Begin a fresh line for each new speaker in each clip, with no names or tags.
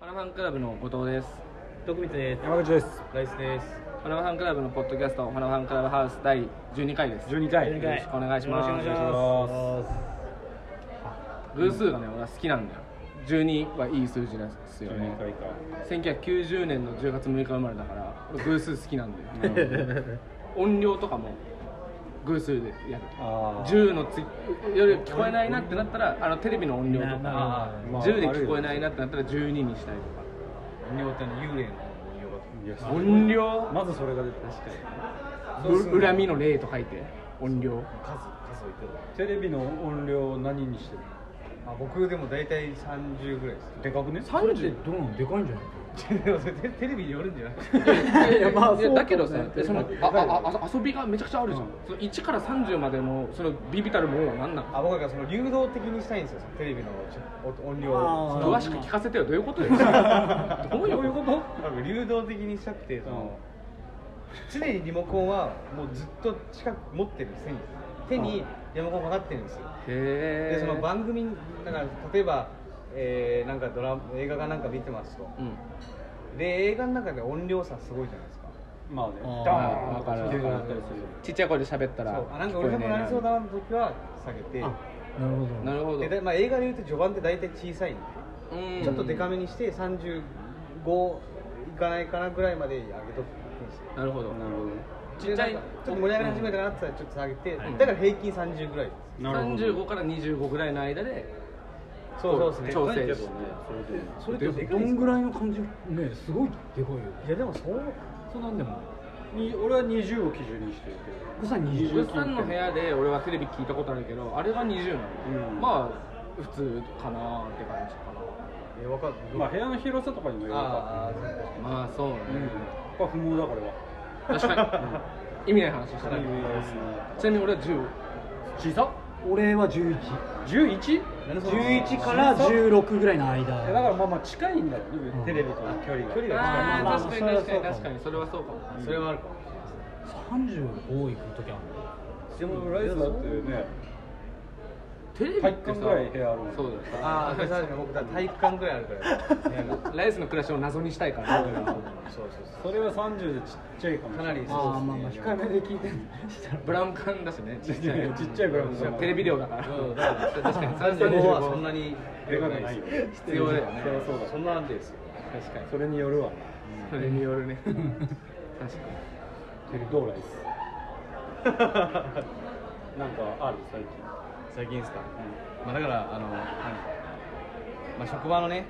ファンクラブの後藤です
徳光です
山口です
ライスです
ファナファンクラブのポッドキャストファナファンクラブハウス第12回です
12回
12
よろしくお願いします
よろくお願いし
偶数がね俺は好きなんだよ12はいい数字なんですよね
12回か
1990年の10月6日生まれだから俺偶数好きなんだよ、 音量とかも偶数でやる
あー
10のつより聞こえないなってなったらあのテレビの音量とか、
ま
あまあ
10で聞こえないなってなったら12にしたりとか
ます両手の幽霊の音量
いやそ
音量
うまずそれが出て
う恨みの霊と書いて音量
が数数いてる
テレビの音量を何にしてる
あ僕でも大体30ぐらいです
でかくね
30ってどう
でかいんじゃない
テテレビによるんじゃない
いや
まあ
いや
そう
だけどさ
そう
そのああああ遊びがめちゃくちゃあるじゃん、その1から30までのそのビビたるものは何なの
あ僕がその流動的にしたいんですよそのテレビの音音量
あ
を
ー
詳しく聞かせてよどういうこと よどういうこと
なんか流動的にしたくてその常にリモコンはもうずっと近く持ってる手に手にリモコンかかってるんですよ
へ
で
え
その番組だから例えば、えーなんかドラマ映画かなんか見てますと
うん
で映画の中で音量差すごいじゃないですか
まあね
あー
ダーン
わかる
ってなったりする
ちっちゃい声で喋った
そ
ら
うあなんか俺でもなりそうだなの時は下げて
なるほど
なるほど
でだまあ、映画でいうと序盤って大体小さいんで、
うん
ちょっとデカめにして35いかないかなぐらいまで上げとくんですよ
なるほど
なるほどね
ちっちゃい
でなんかちょっと盛り上がり始めたなって言ったらちょっと下げて、
ん
だから平均30ぐらいです
なるほど
35から25ぐらいの間で
そうそうですね
調整
け
し
ど
て
ね
それってどんぐらいの感じねすごいでかいよね
いやでもそう
そうなんでも
それでに俺は20を基準にしてる
誤差20
グッさんの部屋で俺はテレビ聞いたことあるけどあれが20なの、
うん
まあ普通かなって感じか
えわかんない
まあ部屋の広さとかにもよる
あ
か
ーあ
なまあそうね、
らうんやっぱ不毛だこれは
確かに意味ない話したねちなみに俺は10
小さ
俺は11
11?
ーなんでそんな
11から16ぐらいの
だか
間
らまあまあ近いんだよねテレビとの距離が
距離が
あ
ま
あ
あ
確かに
まあ
確かに
それはそうかも
確かにそれはそうかも
それはあるかも
35いく時あ
でもライスだってね
テレビって
体育館
さ
ぐらい部屋あるもん
そうだよ
ああ確かに僕だ体育館ぐらいあるから部屋が
ライスの暮らしを謎にしたいからね
そうそ
そ
う
れは30でちっちゃいかも
そうかなりそうです
あ
ね
ーまあまあ控えめで聞いてる
ブラウン管だしねちっちゃい
ちっちゃいブラウン管
テレビ量だから
うんだか
確
ら
かに
35
35
は
は
そ
そ
ん
ん
な
な
に
でかくないよ
必要だよね
そりゃそうだ
そんなんですよ
確かに
それによるわ
それによるね確か
テレビどうライスなんかある最近
最近ですか、まあ、だからあの、はいまあ、職場のね、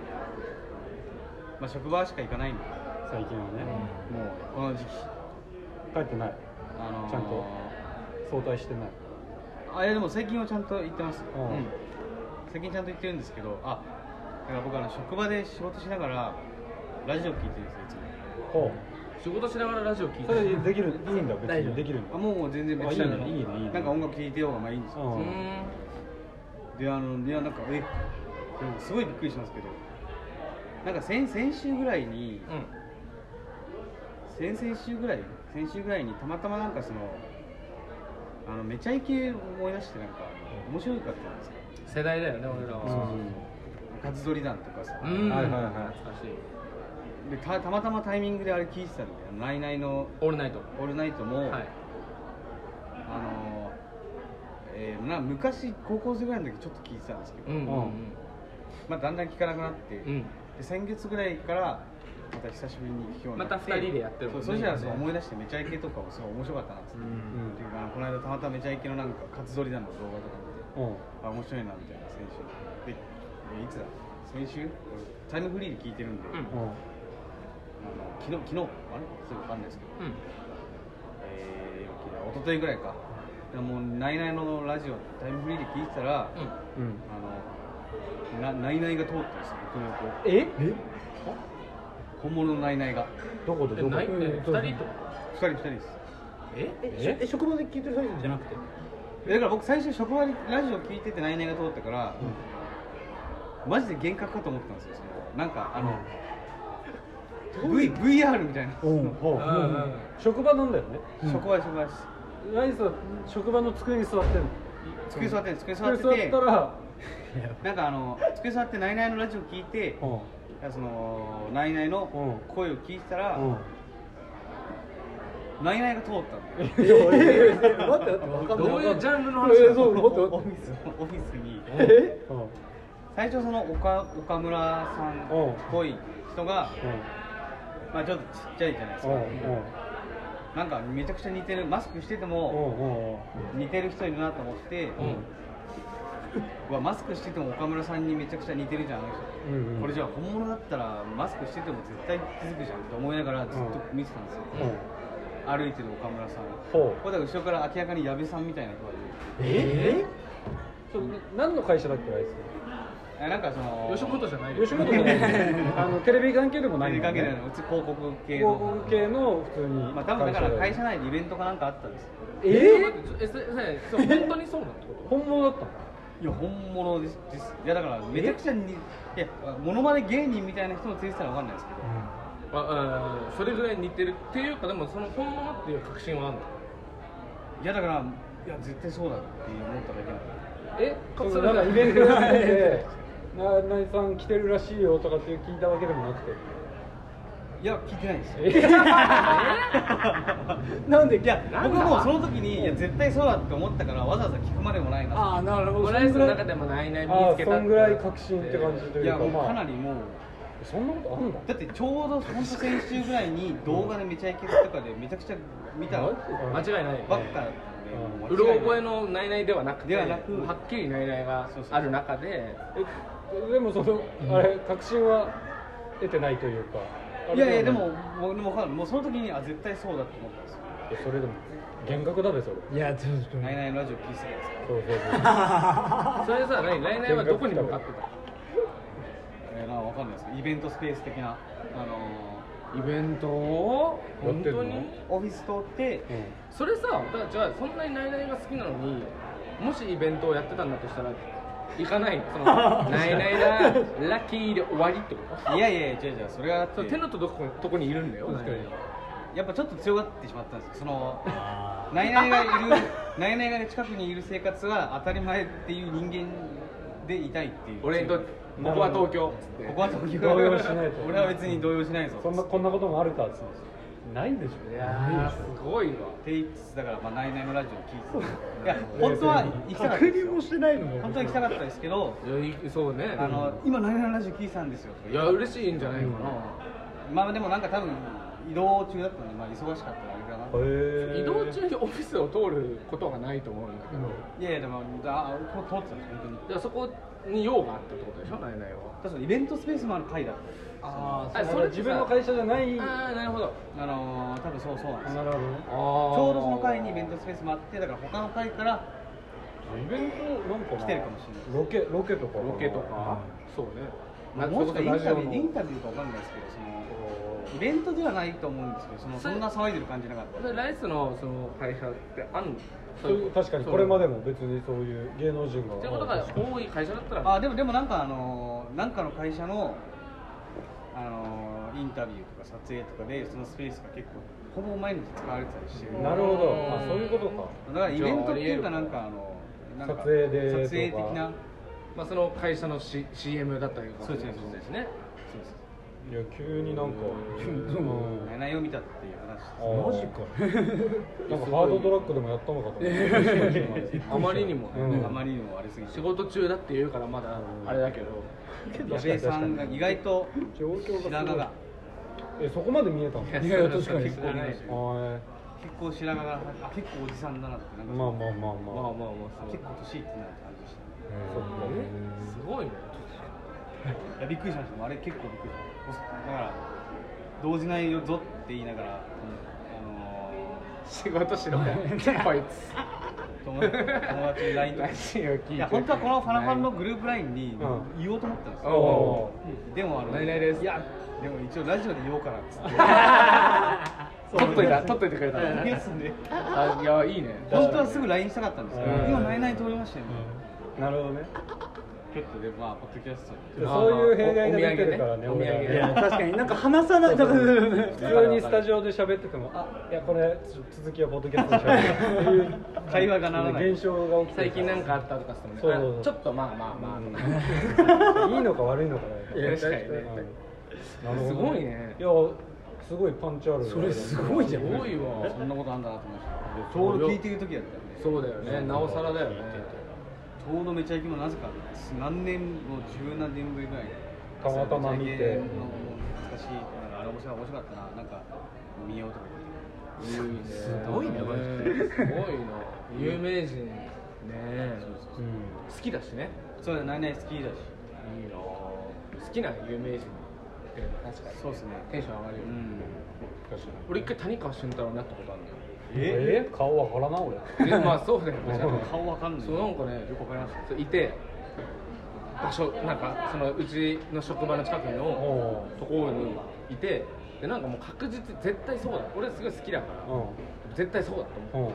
まあ、職場しか行かないんで
最近はねもう
この時期
帰ってない
あのー
ちゃんと早退してない
あいやでも最近はちゃんと行ってます、
うん
最近ちゃんと行ってるんですけどあだから僕あの職場で仕事しながらラジオ聞いてるんですよいつも
ほ
に仕事しながらラジオ聞
う
いて
それ
る
できるいいんだ別にできるんだ
あもうもう全然別
あいいねいいねいいね
なんか音楽聴いてようがまあいいんですよ、
う
う
ー
ん
ん
であのいやなんかえすごいびっくりしたんですけどなんか先先週ぐらいに、先々週ぐらい先週ぐらいにたまたまなんかそのあのめちゃイケ思い出してなんか面白かったんですよ
世代だよね俺ら
うん
は
カツドリ団とかさ、
うん
はいはいはい
懐かしい
でたたまたまタイミングであれ聞いてたんで「ナイナイの
オールナイト
オールナイトも」
はい
あのえーな昔高校生ぐらいの時ちょっと聞いてたんですけど、
うんうん
まあ、だんだん聞かなくなって、
うんうん
で先月ぐらいからまた久しぶりに聞くようになって
また二人でやってるもんね
そうそしたらその思い出してめちゃイケとかもすごい面白かったなっつって、っていうかこの間たまたまめちゃイケのなんか活動りだの動画とか見て
うん
あ面白いなみたいな先週でえいつだ先週俺タイムフリーで聞いてるんで、
うん
あの昨日昨日あれすぐ分かんないですけ
う
ど
ん
えー、一昨日ぐらいかでもう「ナイナイのラジオタイムフリーで聞いてたら、
うん
うん
あのなナイナイが通ったんですよ僕の横
ええ
本物のナイナイが
どこで
え
どこ
ないえ
で
二人ってこ
二人二人です
とえ
ええ職場で聞いてる最中じゃなくて
だから僕最初職場でラジオ聞いてて内々が通ったから、マジで幻覚かと思ったんですよそれなんかあの、v VR みたいな、
うんほう
うんうんうん
職場なんだよね
職場で職場です
ライスは職場の机に座ってんの
机座ってる机座
机
って
座ってたら
なんかあの机座って内々のラジオ聞いて、
うん
らそのナイナイの
う
声を聞いてたら、
うん
ナイナイが通ったんだよ
いやいやいや待って待ってわかんない
どういうジャンルの話
いやいや
なの
そう待って
オ
待
フ
って
ィスオフィスに
え
うん
最初その岡岡村さんっぽい人が、まあ、ちょっとちっちゃいじゃないです
うんう
か、
んうん
なんかめちゃくちゃ似てるマスクしてても
うんうん
似てる人いるなと思って、うわマスクしてても岡村さんにめちゃくちゃ似てるじゃんあの人
うんうん
これじゃあ本物だったらマスクしてても絶対気づくじゃんって思いながらずっと見てたんですよ、
うん
歩いてる岡村さん
ほ
これだから後ろから明らかに矢部さんみたいな人がいる
え
うそう何の会社だっけあいつ
あなんかその
吉本じゃないよ
吉本じゃないあのテレビ関係でもない
関
んだよ
係ない
ね
のうち広告系の
広告系の普通に
まあ多分だから
よ
会社内でイベントかなんかあったんですよ
え
え
ー
えそえそれ本当にそうなの
本物だったの
いや本物ですですいやだからめちゃくちゃにいやモノマネ芸人みたいな人のついてたらわかんないですけど
ああそれぐらい似てるっていうかでもその本物っていう確信はあるの
いやだからいや絶対そうだって思っただけなんだ
え
そ
か
う
それ
なん
が
かイベントがあって「ななにさん来てるらしいよ」とかって聞いたわけでもなくて
いや聞いてないですよ
なんで
いや僕はもうその時にいや絶対そうだって思ったからわざわざ聞くまでもないな
ああなるほど
オムライスの中でもないない見
ああ
つけた
そんぐらい確信って感じと
い
い
や
うか
もう
ま
かな
あ
りもう
そんなことあんの
だってちょうど本当先週ぐらいに動画でめちゃイケとかでめちゃくちゃ見たばっか
間違いないよ
だっ
ね
たんでも
う
間
ろ
違い
覚え
ない
のないないではなくて
ではなく
はっきりないないがある中で
えでもそのあれ確信は得てないというかあれ
いやいや
で
で
も
も僕も分かるもうその時にあ絶対そうだって思ったんですよ
いやそれでも幻覚だべそれ
いやちょっと
ナイナイのラジオ聞いてたじゃないですか
そうそうそう
それさないないないはどこに向かって
えーなんか分かんないですけどイベントスペース的なあの
たイベントを
やって
本
んの
当に
ーオフィス通って
それさだからじゃあそんなにナイナイが好きなのにもしイベントをやってたんだとしたら行かない そのナイナイ だラッキーで終わりってこと
いやいやいや違う違うそれがだっ
そ
て
の手の届くとこにいるんだよ
確かに
ナイナイ
やっぱちょっと強がってしまったんですよそのナイナイがいる ナイナイが近くにいる生活は当たり前っていう人間でいたいっていう
俺にとってここは東京っつって
ここは東京
動揺しないと
俺は別に動揺しないぞ
そんなこんなこともあるかっつうんですよないでしょ
いやーすごいわ
って言いつつだからまあナイナイのラジオ聞いてたいや本当は行きたかったですよ
してないの
本当は行きたかったですけど
いやいそうね
あの今ナイナイのラジオ聞いてたんですよ
いや嬉しいんじゃないかな、
まあでもなんか多分移動中だったんでまあ忙しかったらあれかな
へえ
移動中にオフィスを通ることがないと思うんだけど、
いやいやでもあこう通ってたんです本当に
じゃあそこに用があったってことでしょ、ないないは。
確かにイベントスペースもある会だった
あ
あ
あ
そ
そ
れ
れ
ってさ
自分の会社じゃない
ああ、なるほど。
あのー、多分そうそうなんですよ
なるほどね
ち
ちょ
ょ
うどその会にイベントスペースもあってだから他の会から
イベントなんかな
来てるかもしれ
ロケロケとかかな
ロケとか、そうね。な
もし
そ
か
れ
イン
こそラジオ
タビューイン
の
タビューかわかんないですけどそのイベントではないと思うんですけどその
そ
そ
れ
んな騒いでる感じなかった
それライスのその会社ってあんの
そういう確かにこれま
で。
でも別にそういう芸能人が
ってことが多い会社だったら、
あでもでもなんかあのー、なんかの会社のあのー、インタビューとか撮影とかでそのスペースが結構ほぼ毎日使われてたりしてる
な
だか
るほどあそういうことか、
らイベントっていうかなんかあのなん
撮
か
影でとか
撮影的な
まあ、その会社の、C、CM だったりとか
そうですねそうです
ね。
そうです
いや急になんか、うん
内容を見たっていう話です
あー なんかハードドラッグでもやったのかと思った
あまりにもね
うん
あまりにもあれすぎて
仕事中だって言うからまだあれだけど、
矢部さんが意外と
状況がすごい
白髪が
えそこまで見えたの
いやいや確かに
知らないでしょ
は
結構白髪があ結構おじさんだなってなん
い
か
まあまあまあま
まあま
あ、
あまあそう
結構年いってない感じでした
そっか
えすごいね
いやびっくりしましたあれ結構びっくりしただから動じないよぞって言いながら、
仕事しろ よこいつ
あのー友友達に LINE とか
ラジオ聞いて
いや本当はこのファナファンのグループ LINE に
うん
言おうと思ったんです
お
よ、
お
でもあの
ないないです
いやでも一応ラジオで言おうかなっつって
取っといた取っといてくれたの
言い
ね
ますんで
あいやいいね
本当はすぐ LINE したかったんですけど、
うん
今ないない通りましたよね、
なるほどね
ちょっとでまあポッドキャストに
まあ
そういう弊害が出てるからね
お土産ねお土
俺ら
産ね
ね
確かになんか話さないだから
普通にスタジオで喋ってても、あ、いや、これ、ちょ続きはポッドキャストで喋るっていう。
会話がならない
現象が起きて
最
るか
近
ら
なんかあったとかしてもね
そうそうそう
あちょっとまあまあまあとか
いいのか悪いのかね。
いや確かにね
うんなるほど
すごいね
いやすごいパンチある
それすごいじゃん
すごいわ
そんなことあんだなと思いましたちょうど聞いてる時だったんで
そうだよねなおさらだよね
ちょうどめちゃイケもなぜか何年も十何年ぶりぐらい
たまたま見て
めちゃイケの懐かしいなんかあれ面白い面白かったななんか見ようとか
す
すごいねマジです
ごいな有名人ねえ
うん
好きだしね
そうだナイナイ好きだし
いいな好きな有名人って確かに
そうっすね
テンション上がる
う
よね
ん
俺一回谷川俊太郎になったことあるんだよ
え顔は張らな俺
でまあそうだよ ね
顔わかんない
そうなんかね
よくわかりました
そういて場所なんかそのうちの職場の近くの
お
ところにいてでなんかもう確実に絶対そうだ俺すごい好きだから
お
絶対そうだと
うんうん
思っ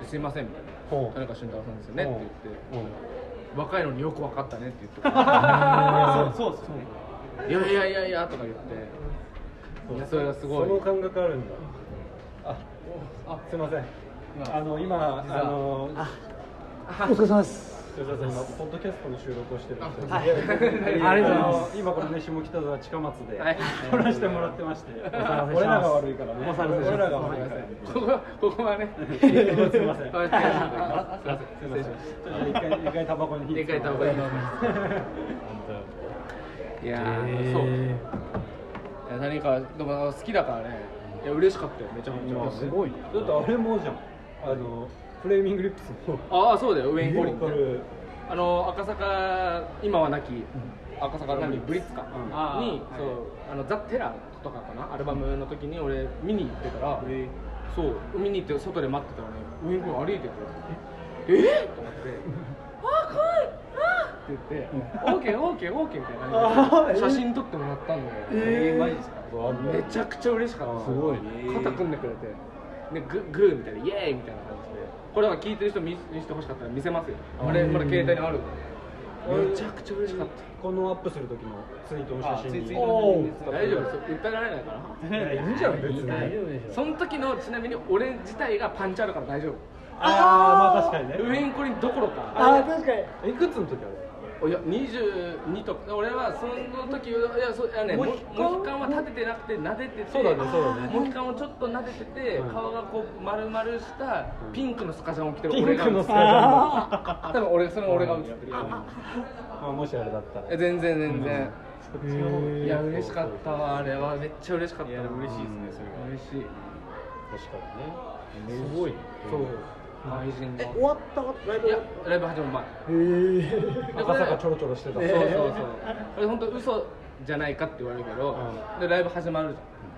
て「すいません」みたいな「
うん
田中俊太郎さんですよね」って言って
う
「
ん
若いのによく分かったね」って言って
あーそうそうっすよね
「 いやいやいやいや」とか言っていやそれがすごい
その感覚あるんだああすいませんあの今あ
お
の
疲れ様です
吉田さん今ポッドキャストの収録をしてるんですよ
あ
で
ありがとうございます
あの今これね下北沢近松で
はい
撮らせてもらってまして
ます
俺らが悪いからね
お騒がせします
俺らが
ご
悪
めん
い
な
か
さいこ
ら
こはここはね
す いません
こうやってすいません
すい
失
ま
礼
せん
しま
ちょっと一回一回タバコに火
でかいタバコに火つけます すいやーそういや何かでも好きだからねいや嬉しかったよめちゃめちゃ
すごい
だってあれもじゃんあのフレーミングリップスも
ああそうだよウェイン・コリン
こ
ね
れ
あの赤坂今はなき赤坂何ブリッツか
ん
あー
にそうあのザ・テラーとかかなアルバムの時に俺見に行ってからそう見に行って外で待ってたらねウェイン・コリン歩いててえっと思って「あー怖いあー!」って言って「オーケーオーケーオーケー」みたいな
あ
感
ー
じで写真撮ってもらったんだよ
えーマジですか
めちゃくちゃ嬉しかった
すごい
肩組んでくれてでググーみたいなイエーイみたいな感じでこれは聞いてる人見見してほしかったら見せますよあれまだ携帯にあるめちゃくちゃ嬉しかった
このアップする時のツイートの写
あツイ
真
ツ
に
イ
おー
大丈夫です訴えられないか
いやいいじゃん別に
大丈夫で
な
しょ
その時のちなみに俺自体がパンチあるから大丈夫
ああまあ確かにね
ウェインコリンどころか
あー確かに
いくつの時あれ
いや22とか俺はその時いやそういやね
モ
モ
ヒ
ヒ
カン
カンは立ててなくて撫でてて
そうだねそうだね
モヒカンをちょっと撫でてて
うん
顔がこう丸々したピンクのスカジャンを着てる
ピ
俺
ン
が
クのスカジャン
多分俺その俺が映ってる
ま あもしあれだったら
え全然全然
へー
いや嬉しかったわあれはめっちゃ嬉しかった
いや
な
でも嬉しいですねそれは
嬉しい
確かにねすごい
そう愛人
え
の
終わったかライブ
いやライブ始まる前
へえ
でこ
赤
れ
坂ちょろちょろしてた
そう
ね
そうそうこれ本当嘘じゃないかって言われるけど、でライブ始まるじ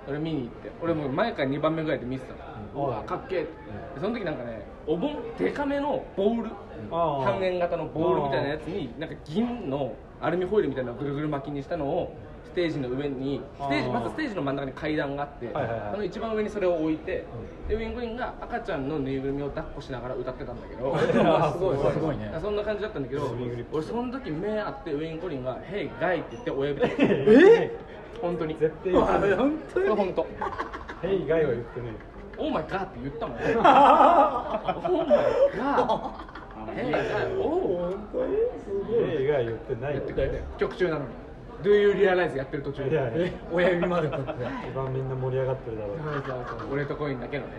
ゃん俺見に行って俺もう前から2番目ぐらいで見てたの、
うん
うわかっけえって、でその時なんかねお盆デカめのボール
あー
半円型のボールみたいなやつになんか銀のアルミホイルみたいなのをぐるぐる巻きにしたのをステージの上にステージ
あー
まずステージの真ん中に階段があって、
はいはいはい
その一番上にそれを置いて、でウィングリンが赤ちゃんのぬいぐるみを抱っこしながら歌ってたんだけ どすごい
すごいね
そんな感じだったんだけど
リングリップ
俺その時目合ってウェイン・コリンが「ヘイガイ」って言って親指で
え
本当に
絶対
あ
言って
本
こ
当
れ本当
ないへい以外は言ってね
「オーマイガー」って言 ったもん「オーマイガー」「ヘイガイ」「オー」
本当にすごい
へい以外は言ってない
やってくれて曲中なのに「Do You Realize」やってる途中
いやいや
で親指まで立って
一番みんな盛り上がってるだろう
俺とコインだけのね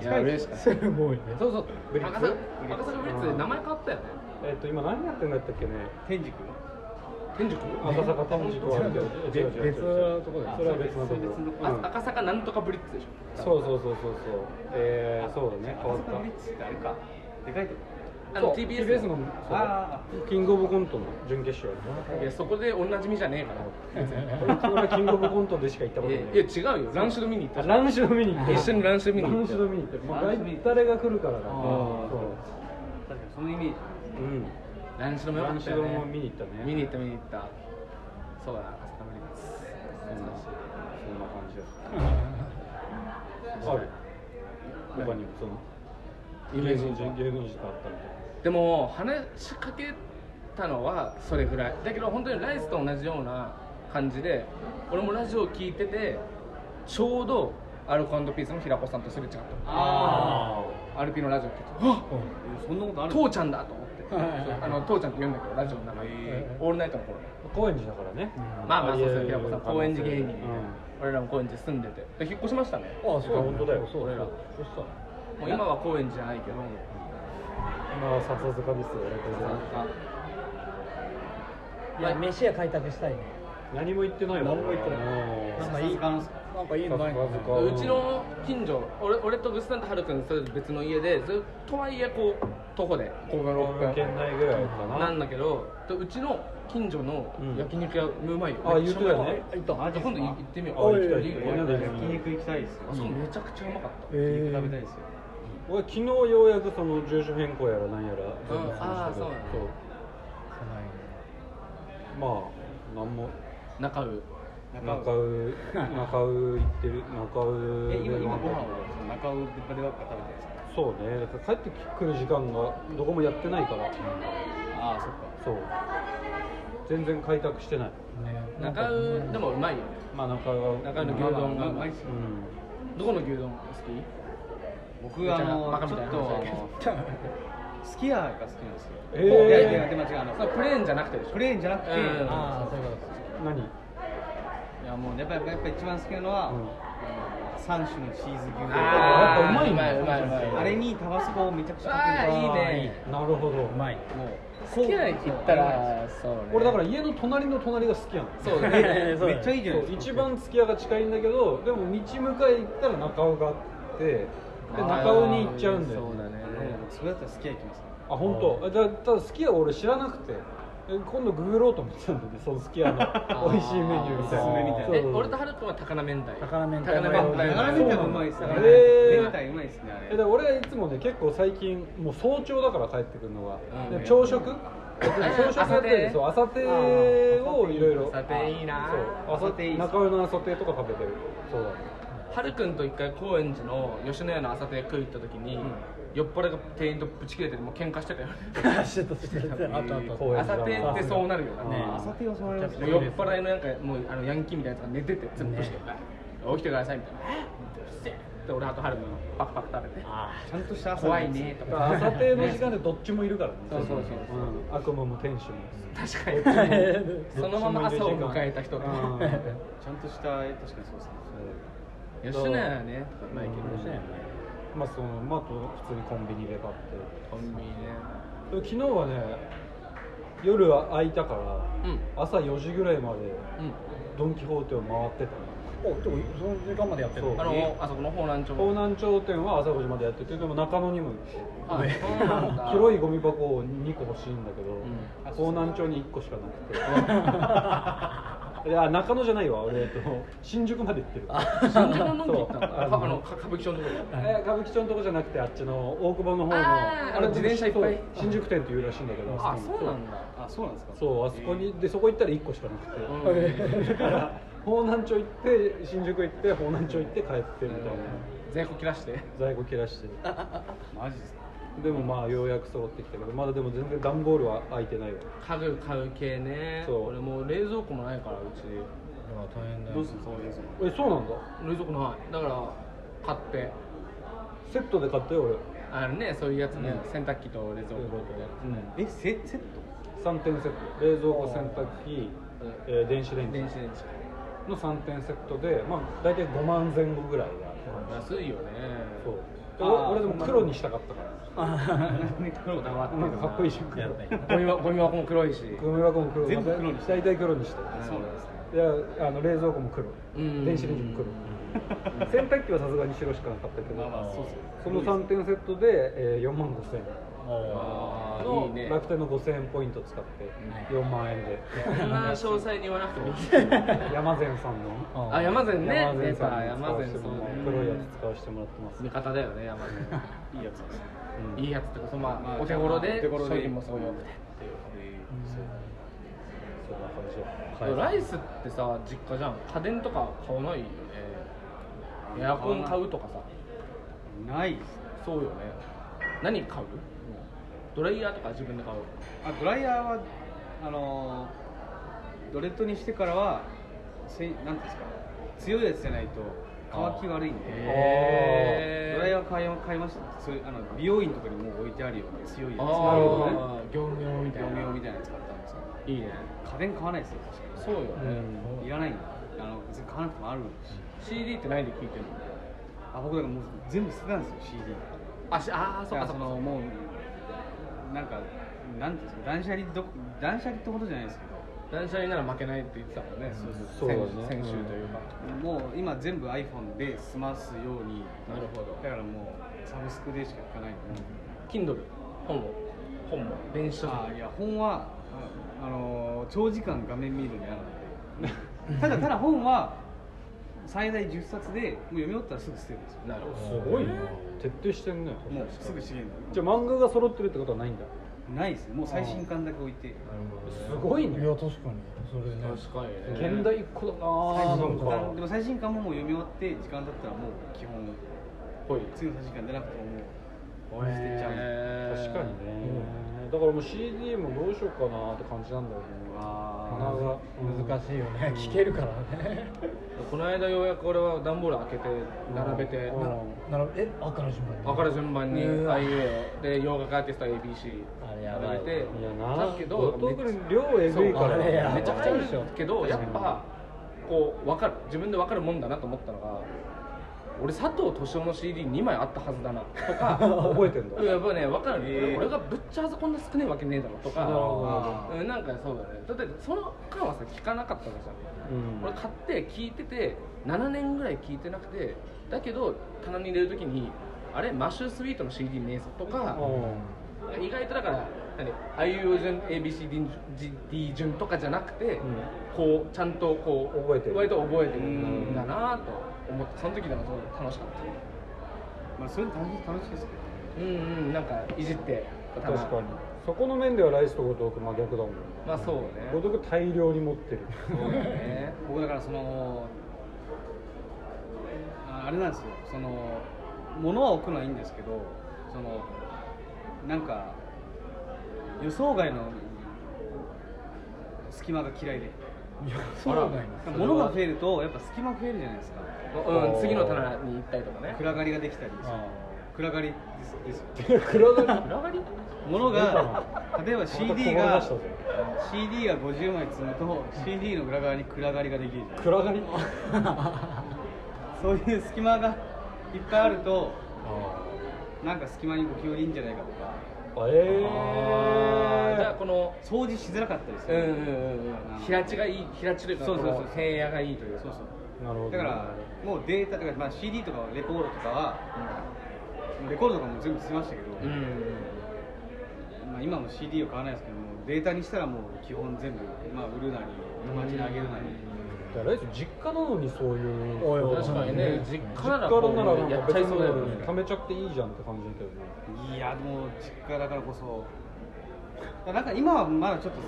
いや嬉しかった
すごいね
そうそう
ブリッ
赤
ツ
坂赤坂ブリッツで名前変わったよね
えっと今何やってんだったっけね
天竺
天竺
赤坂天竺はあるけど違う違う違う
別のとこだよ
それは別のとこ
別のとこ
うん
あ赤坂なんとかブリッツでしょ
そうそうそうそうそうえーそうだね変わった
ブリッジってあれかでかいとこ
あの
そう
TBS
TBS の
あ
そうキングオブコントの準決勝
いやそこでおなじみじゃねえから
俺俺キングオブコントでしか行ったことない
いや違うよランシュド見に行った
あ
じゃん
ランシュド見に行って
一緒にランシュド見に行っ
ラン
た
シ
よ
ュド見に行ってもう
ランシュド見に行っ
大誰が来るからだから
あー確かにそのイメージ
そううん
ランシュドもよか
ラン
っ
シ
た
ュ
よ
ド
ね
も見に行ったね
見に行った見に行ったそうだな赤坂見に行った
そんな感じだったある他にもその
有名人じゃん
芸能人と会ったみたいな
でも話しかけたのはそれぐらいだけど本当にライスと同じような感じで俺もラジオ聞いててちょうどアルコピースの平子さんとすれ違った
あ
アルピーのラジオ聞いてあ
あそんなことある
父ちゃんだと思ってそうあの父ちゃんと言うんだけどラジオの中で
へー
オールナイトの頃
高円寺だからね
まあまあそうそう平子さん
可能性
高円寺芸人みたいな
うん
俺らも高円寺住んでてで引っ越しましたね
ああそう本当だよ
そう俺らも
そしたら
う今は高円寺じゃないけど
今は笹塚ですよ俺こ
なん
れ
か
いや飯屋開拓したいね
何も言ってないもん
何も言ってない
うん
なんかいい
あの
なんかいいのないかな
笹塚
うちの近所俺俺とグスタンとハルくんそれぞれ別の家でずっとはいえこう徒歩で5分
兵庫
6
県
分
内ぐらいかな
なんだけどでうちの近所の焼肉屋うまいよ
あ言うてたよね
めっちゃうまかった今度行ってみよう
あ行きたい
いい
行き
よ
た
いい
い
よ
焼肉行きたいですよ
あそこめちゃくちゃうまかった
焼肉
え
食べたい
ー
ですよ
俺昨日ようやくその住所変更やらなんやら全部しましたけど
あーそうなんだ
そうまあなんも
中う
中尾中尾行ってる中尾
え
で
今今
なん
ご
か
飯をその中尾でばっか食べてるんですか
そうねだから帰ってくる時間がどこもやってないから
ああそっか
そう全然開拓してない
中うでもうまいよね
まあ中尾が
中尾の牛丼がうまい
うん
どこの牛丼好
僕あ
バ
の
カ
ち
み
ょ
たいな
っと
話だ
あ
けど
のすき家が好きなんですよ
え
いやいや
ー
でも違うあの
きそれプレーンじゃなくてでしょ
プレーンじゃなくて
うん
ああそういうこ
何
いやもうやっぱやっぱやっぱ一番好きなのは
うん
三種のチーズ牛丼
あー
やっぱうまいんだ
うまいうまいうまい
あれにタバスコをめちゃくちゃ
あ
かける
あいいね
なるほどうまい
もう
好きな駅行ったらそうね
俺だから家の隣の隣が好きやの
そうだ
と
ね
えーそう
め
だ
っちゃ
ね
いいじゃ
そ
ないうですか
一番付き合いが近いんだけどでも道向かい行ったら中尾があってで中尾に行っちゃうんだよ
そうだね
それだったらすき家行きますね
あ本当。あじゃあただすき家俺知らなくてえ今度ググろうと思ってたんだけどそのすき家の美味しいメニューみたいな
おすすめみたいな
え
そう
俺とハルくんは高菜明太
高菜明太
高菜明
はい
太
長めたもうまいです
そう
ね
なん
明
だへー
太うまいですねあ
え
れ
で俺はいつもね結構最近もう早朝だから帰ってくるのが、
うん
で朝食朝食
朝
って
定
そう朝定をいろいろ
朝定いいな
そう
朝定いいっす
中尾の朝定とか食べてるそうだね
ハルくんと一回高円寺の吉野家の朝亭食い行った時に酔っ払いが店員とぶち切れてもう喧嘩してたよね
してたしてたあとあと
高円
朝
寺だ
亭ってそうなるよ
ね
ね
朝手を触ります
もう酔っ払いのなんかもうあのヤンキーみたいなやつが寝てて全部して、起きてくださいみたいなえっうっせえで俺あと春くんパクパク食べて
ちゃんとした朝
怖いねとか
朝定の時間でどっちもいるからね
そうそうそうそ
うん、悪魔も天使も
確か にそのまま朝を迎えた人と
う
か
ん
ちゃんとした確かにそうですね
吉野家はねとかうまいけど
吉野家はまあそのまああと普通にコンビニで買って
コンビニね
昨日はね夜は空いたから
うん
朝4時ぐらいま
うん
でドン・キホーテを回ってた
おでもその時間までやってる
そう
あのあそこの方南町
方南町店は朝5時までやっててでも中野にも行って
あそうなんだ
広いゴミ箱を2個欲しいんだけど、
ん
方南町に1個しかなくて いや中野じゃないわ俺えっと新宿まで行ってる
新宿の飲んで行ったんだ
そう
あのか歌舞伎町のところ
え歌舞伎町のとこじゃなくてあっちの大久保の方の
あーあの自転車いっぱい
そう新宿店っていうらしいんだけど
あ
そこ
そうなんだ
あそうなんですか
そうあそこにでそこ行ったら1個しかなくて、
うん
だから方南町行って新宿行って方南町行って帰ってみたいな
在庫切らして
在庫切らして
マジですか
でもまあようやく揃ってきたけどまだでも全然段ボールは空いてないわ
家具買う系ね
そう
俺もう冷蔵庫もないからうち
大変だ
どうするそういうの
えそうなんだ
冷蔵庫ないだから買って
セットで買ったよ俺
あのねそういうやつね、洗濯機と冷蔵庫と
うん
えセセット
3点セット冷蔵庫洗濯機、えー電子レンジ
電子レンジ
の3点セットで、まあ、大体5万前後ぐらいが
安いよね
そうで
あー
俺でも黒にしたかったから
黒だわ
なんかかっこいいじゃん
やっ
黒
ぱり
ゴミ箱ゴミ箱も黒いし
ゴミ箱も黒
全部黒にした
大体黒にした
そうなんですね
いやあの冷蔵庫も黒
ん
電子レンジも黒洗濯機はさすがに白しかなかったけど、
まあまあそうですね
その3点セットで、えー4万5千円
ああいい
の
ね
楽天の5000円ポイント使って4万円で、
そんな詳細に言わなくてもいい
山善さんの
あ山善ね
山善さん
やっぱ山善
使わせて
そう
もらう
ね
黒いやつ使わせてもらってます、
味方だよね山根
いいやつです
うん
いいやつってことま
ま
あ
あ
お手頃
お
で
手頃で
商品もすごい良くて
そんな感じ
でもライスってさ実家じゃん家電とか買わないよねエアコン買うとかさ
ないですね
そうよね何買うドライヤーとか自分で買う
あドライヤーはあのードレッドにしてからはせいなんていうんですか強いやつじゃないと乾き悪いんで
へー
ドライヤー買い買いましたそういうあの美容院とかにもう置いてあるような強いやつ
あーなるほどね
業務用みたい
業
な
務用みたいなやつ買ったんですよ
いいね
家電買わないですよ確か
そうよね、
にいらないんだあの別に買わなくてもあるし
CD って何で聴いてるの
あ僕だからもう全部捨てたんですよ CD
あしあーそ
だ
っからそっか
かそのもうなんかなんていうんですか断捨離ど断捨離ってことじゃないですけど
断捨離なら負けないって言ってたもんね、
そうだね
先先週というか、
もう今全部 iPhone で済ますように
なるほど
だからもうサブスクでしか聞かないの、
Kindle 本を本も電子書
あ
籍
いや本はああのー長時間画面見るの嫌な のでただただ本は最大10冊でもう読み終わったらすぐ捨てるんですよ
なるほど
すごいな
徹底してんね
もうすぐ資源
じゃあ漫画が揃ってるってことはないんだ
ないですもう最新刊だけ置いて
すごい
い
ね
や確かにそれね
確かにね
現代一個だなあ
最
なん
新刊で
か
も最新刊ももう読み終わって時間だったらもう基本
ぽい
次の最新刊出なくてももう捨てちゃう
えー
確かにね、だからもう CD もどうしようかなって感じなんだよね
あ
鼻が
難しいよね聞けるからね
この間ようやく俺は段ボール開けて並べて、
うん
な
なるえあから順番に
分かる順番に
うわ
IUA をで洋画アーティストは ABC
あれやばい
並べて
いやな
だけど
後藤
めっち
君量えぐいから
そうあれや
ゃ
ば
めちゃくちゃある
でしょ
けどやっぱこう分かる自分で分かるもんだなと思ったのが俺佐藤敏夫の CD2 枚あったはずだなとか
覚えてんだ
やっぱね分かる、俺がぶっちゃあそこんな少ないわけねえだろとか
なるほ
うん、なんかそうだねだってその間はさ聞かなかったのさ、
うん
俺買って聞いてて7年ぐらい聞いてなくてだけど棚に入れる時にあれマッシュスイートの CD ねえぞとか、
う
意外とだから何あいうえお順 ABCD 順とかじゃなくて、こうちゃんとこう
覚えてる
割と覚えてるんだなと思ってその時だからすごい楽しかった
まあそれ楽しい楽しいですけど
うんうんなんかいじって
ん確かにそこの面ではライスと後藤君真逆だもんね
まあそうね
後藤君大量に持ってる
そうだね
僕だからそのああれなんですよその物は置くのはいいんですけどそのなんか予想外の隙間が嫌いで
そうなんだよ
物が増えるとやっぱ隙間増えるじゃないですか
うん、次の棚に行ったりとかね。
暗がりができたり暗がりですですよ
黒髪
裏がり
物が例えば CD
ま
が
たこぼれ出したぞ
CD が50枚積むと CD の裏側に暗がりができるじゃないですか
暗がり
そういう隙間がいっぱいあるとなんか隙間にご用いいんじゃないかとか
え
あーじゃあ
え
この、
掃除しづらかったりす
うんうん
る、
うんうん、平地がいい、平地というか、
そうそうそう
この平野がいいというか。
そう
なるほ
そ
ど
うだからもうデータとか、まあ、CD とかレコードとかはもうレコードとかも全部捨てましたけど、
うんうんうん。
まあ、今も CD を買わないですけどもデータにしたらもう基本全部、まあ、売るなり友達にあげるなり、
だからライス実家なのにそういう
おいおい
確かにね、実
実
家
家
な
な
ら
ら
こう
なん
や
か
っちゃ
別
いそうだよ
に
ね。
貯めちゃっていいじゃんって感じだけどね
いやもう実家だからこそだからなんか今はまだちょっと増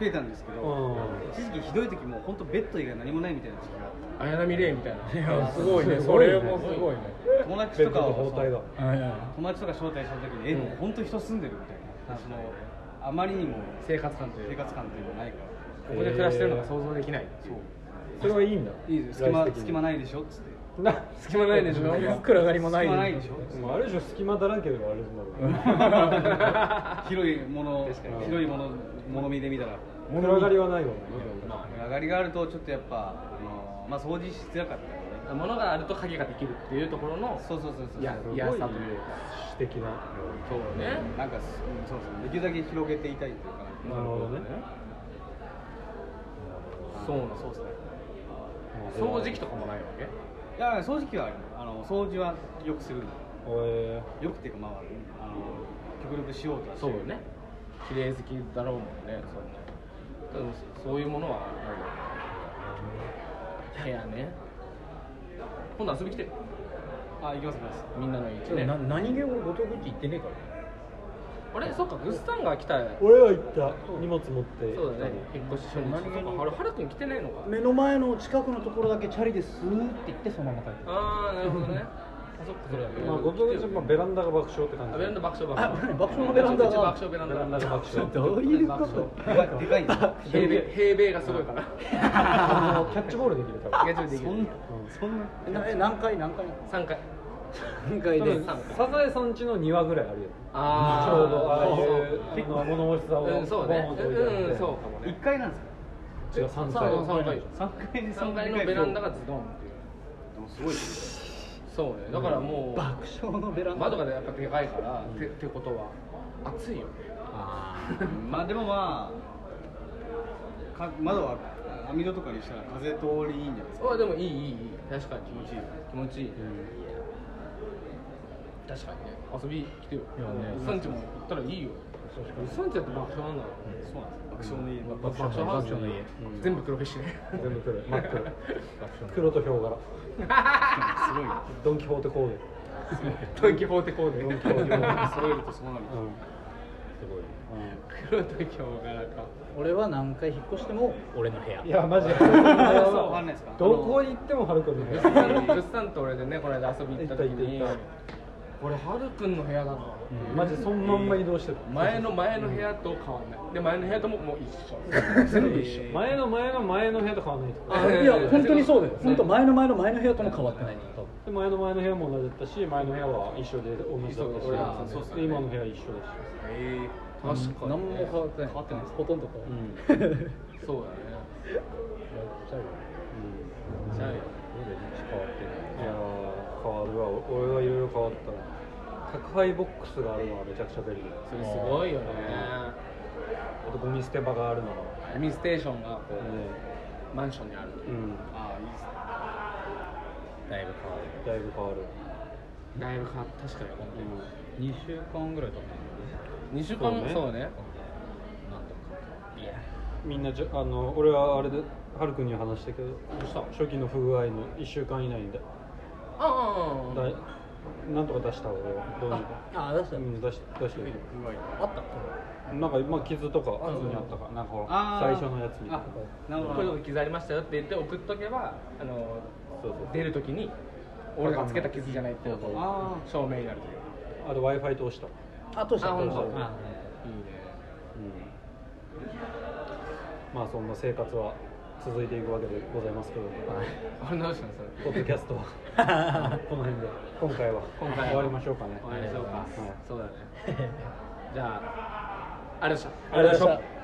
えたんですけど、
う
一時期ひどい時もう本当ベッド以外何もないみたいな時期があって
綾波レイみたいな。
いやすごいね
す
そ
ごいね
れもすごいね
友達
ベ
と
ッド
か
の
を
包帯だ
うん
友達とか招待した時に、え、もう本当人住んでるみたいな、そのあまりにも
生活感とい
生
うか、
活感というのがないから、
ここで暮らしてるのが想像できないっていう。
それはいいんだ
いいですよ、隙
ライ
間
ス的に
隙間ないでしょっつって、
な
隙間ないでしょ
暗がりもない
隙間ないでしょっつっ
もうある種隙間だらけではあるんだろうね
て、広いもの
確か、
に
広いもの、物見で見たら、
暗がりはないわね
上がりがあると、ちょっとやっぱ、あのまあ、掃除しづらかったりね、
物があると影ができるっていうところの、
そうそうそうそう、
いや
すごい
嫌さというか
詩的な
そうね。
なんか、すうんそうそう、できるだけ広げていたいというか、
なるほどね
そうな、そうですね。掃除機とかもないわけ
いや、掃除機はあるあの掃除はよくするんで、
え
よくっていうか、まあ、あの極力しようとはして
そう
る
よね綺麗好きだろうもんねそうね多分そういうものはあるいやいやね今度遊び来て
あ、行きます、行きます。
みんなの家ね
な何気もごとぐって言ってねえから
あれそっかグスタンが来た
俺は行った荷物持って
そうだね引っ越し初日
何
と
気
か
に
あれハルくん来てないのか
目の前の近くのところだけチャリですーって言ってそのまま帰って
ああなるほどねあそっかそれだね
まあ、後藤君、まあ、ベランダが爆笑って感じ。
あベランダ爆笑爆
あ
笑
爆笑のベランダが
うち爆笑ベランダ
ベランダが爆笑
どういうこと
でかいでかいんですよ
平米平米がすごいから
あのキャッチボールできる多分。
いやちょっとでき
そ
る
んなそんな
なえ何回何回
3回
何回
多
で
分サザエさん家の庭ぐらいあるよ。
あ
ち
ー
ょうどああい
そう
うあの物持ちさを
うんそうね
ボーンと置いてあって
うんそうかも
一
ね
回なんですか
違う三
そう
階
三階
三階に
3階のベラ ンダがズドンっていう
すごいです
そうねだからもう
爆笑のベランダ
窓がやっぱでかいからてってことは暑いよね
あ
ねまあでもまあか窓は網戸とかにしたら風通りいいんじゃないですか
あでもいいいいいい確かに気持ちいい気持ちいい確かにね遊び来てよ
いやね
うっさんちも行ったらいいようっさんちだって爆笑なんだから
そうなんです
ー
爆笑の家爆
爆笑ハウス
の
の
家
家全部黒消し ね
全部黒い真っ黒黒とヒョウ柄
笑すごいよ
ドン・キホーテコーデ
ドン・キホーテコーデ
ドン・キホーテコーデ
揃えるとそうなる
うんすごい
黒とヒョウ柄か
俺は何回引っ越しても俺の部屋
いやマジで
そうわかんないですか
どこ行ってもはるくんの部
うっ
屋
さんうっさんと俺でねこの間遊び行った時に
行った行った行っ
俺はるくんの部屋だった
マジそのまんま移動してた
前の前の部屋と変わんないで前の部屋とももう一緒全部一緒
前の前の前の部屋と変わんないと
あ
いや本当にそうだよ本当前の前の前の部屋とも変わってない多分
で前の前の部屋も同じだったし前の部屋は一緒で同じだ
そうだ
った
そうっす
し
ね
で今の部屋一緒だし
えー確かに
何も変わってない
変わってないです
ほとんど変わ
うんうん
って ない
そうだねじゃあ
変わってないいやー変わるわ俺はいろいろ変わったな宅配ボックスがあるのはめちゃくちゃ便利
それすごいよね
あとゴミ捨て場があるのが
ゴミステーションがこ
う
うマンションにある
ん
ああいいっすね
だいぶ変わる
だ
だいぶ変わる
いぶ変わった確かに本当に
2週間ぐらい経って
2週間も
そ
そうう
ね
ね
なんとかいや
みんなじゃあの俺はあれではるくんには話したけど
どうしたあ
初期の不具合の1週間以内にだ
あ
だいなんとか出した俺はどうにか
あ出した
うん出し出してる
うまい
あった
なんかまあ傷とか普通にあったからなんかほら
あー
最初のやつみたいな
あなる
こ
ほ
ういうと
ど
こ傷ありましたよって言って送っとけばあの
そうそう
出るときに俺がつけた傷じゃないっていうのが
あ
証明になるという
あと w i f i 通した
あとした
あ本当
あ
いいね
まあそんな生活は続いていくわけでございますけども、
あれ直したのそれ
ポッドキャスト はこの辺で今回は
今回は
終わりましょうかね
終わりましょうか
はい
そうだねじゃあありがとうございました
ありがとうございました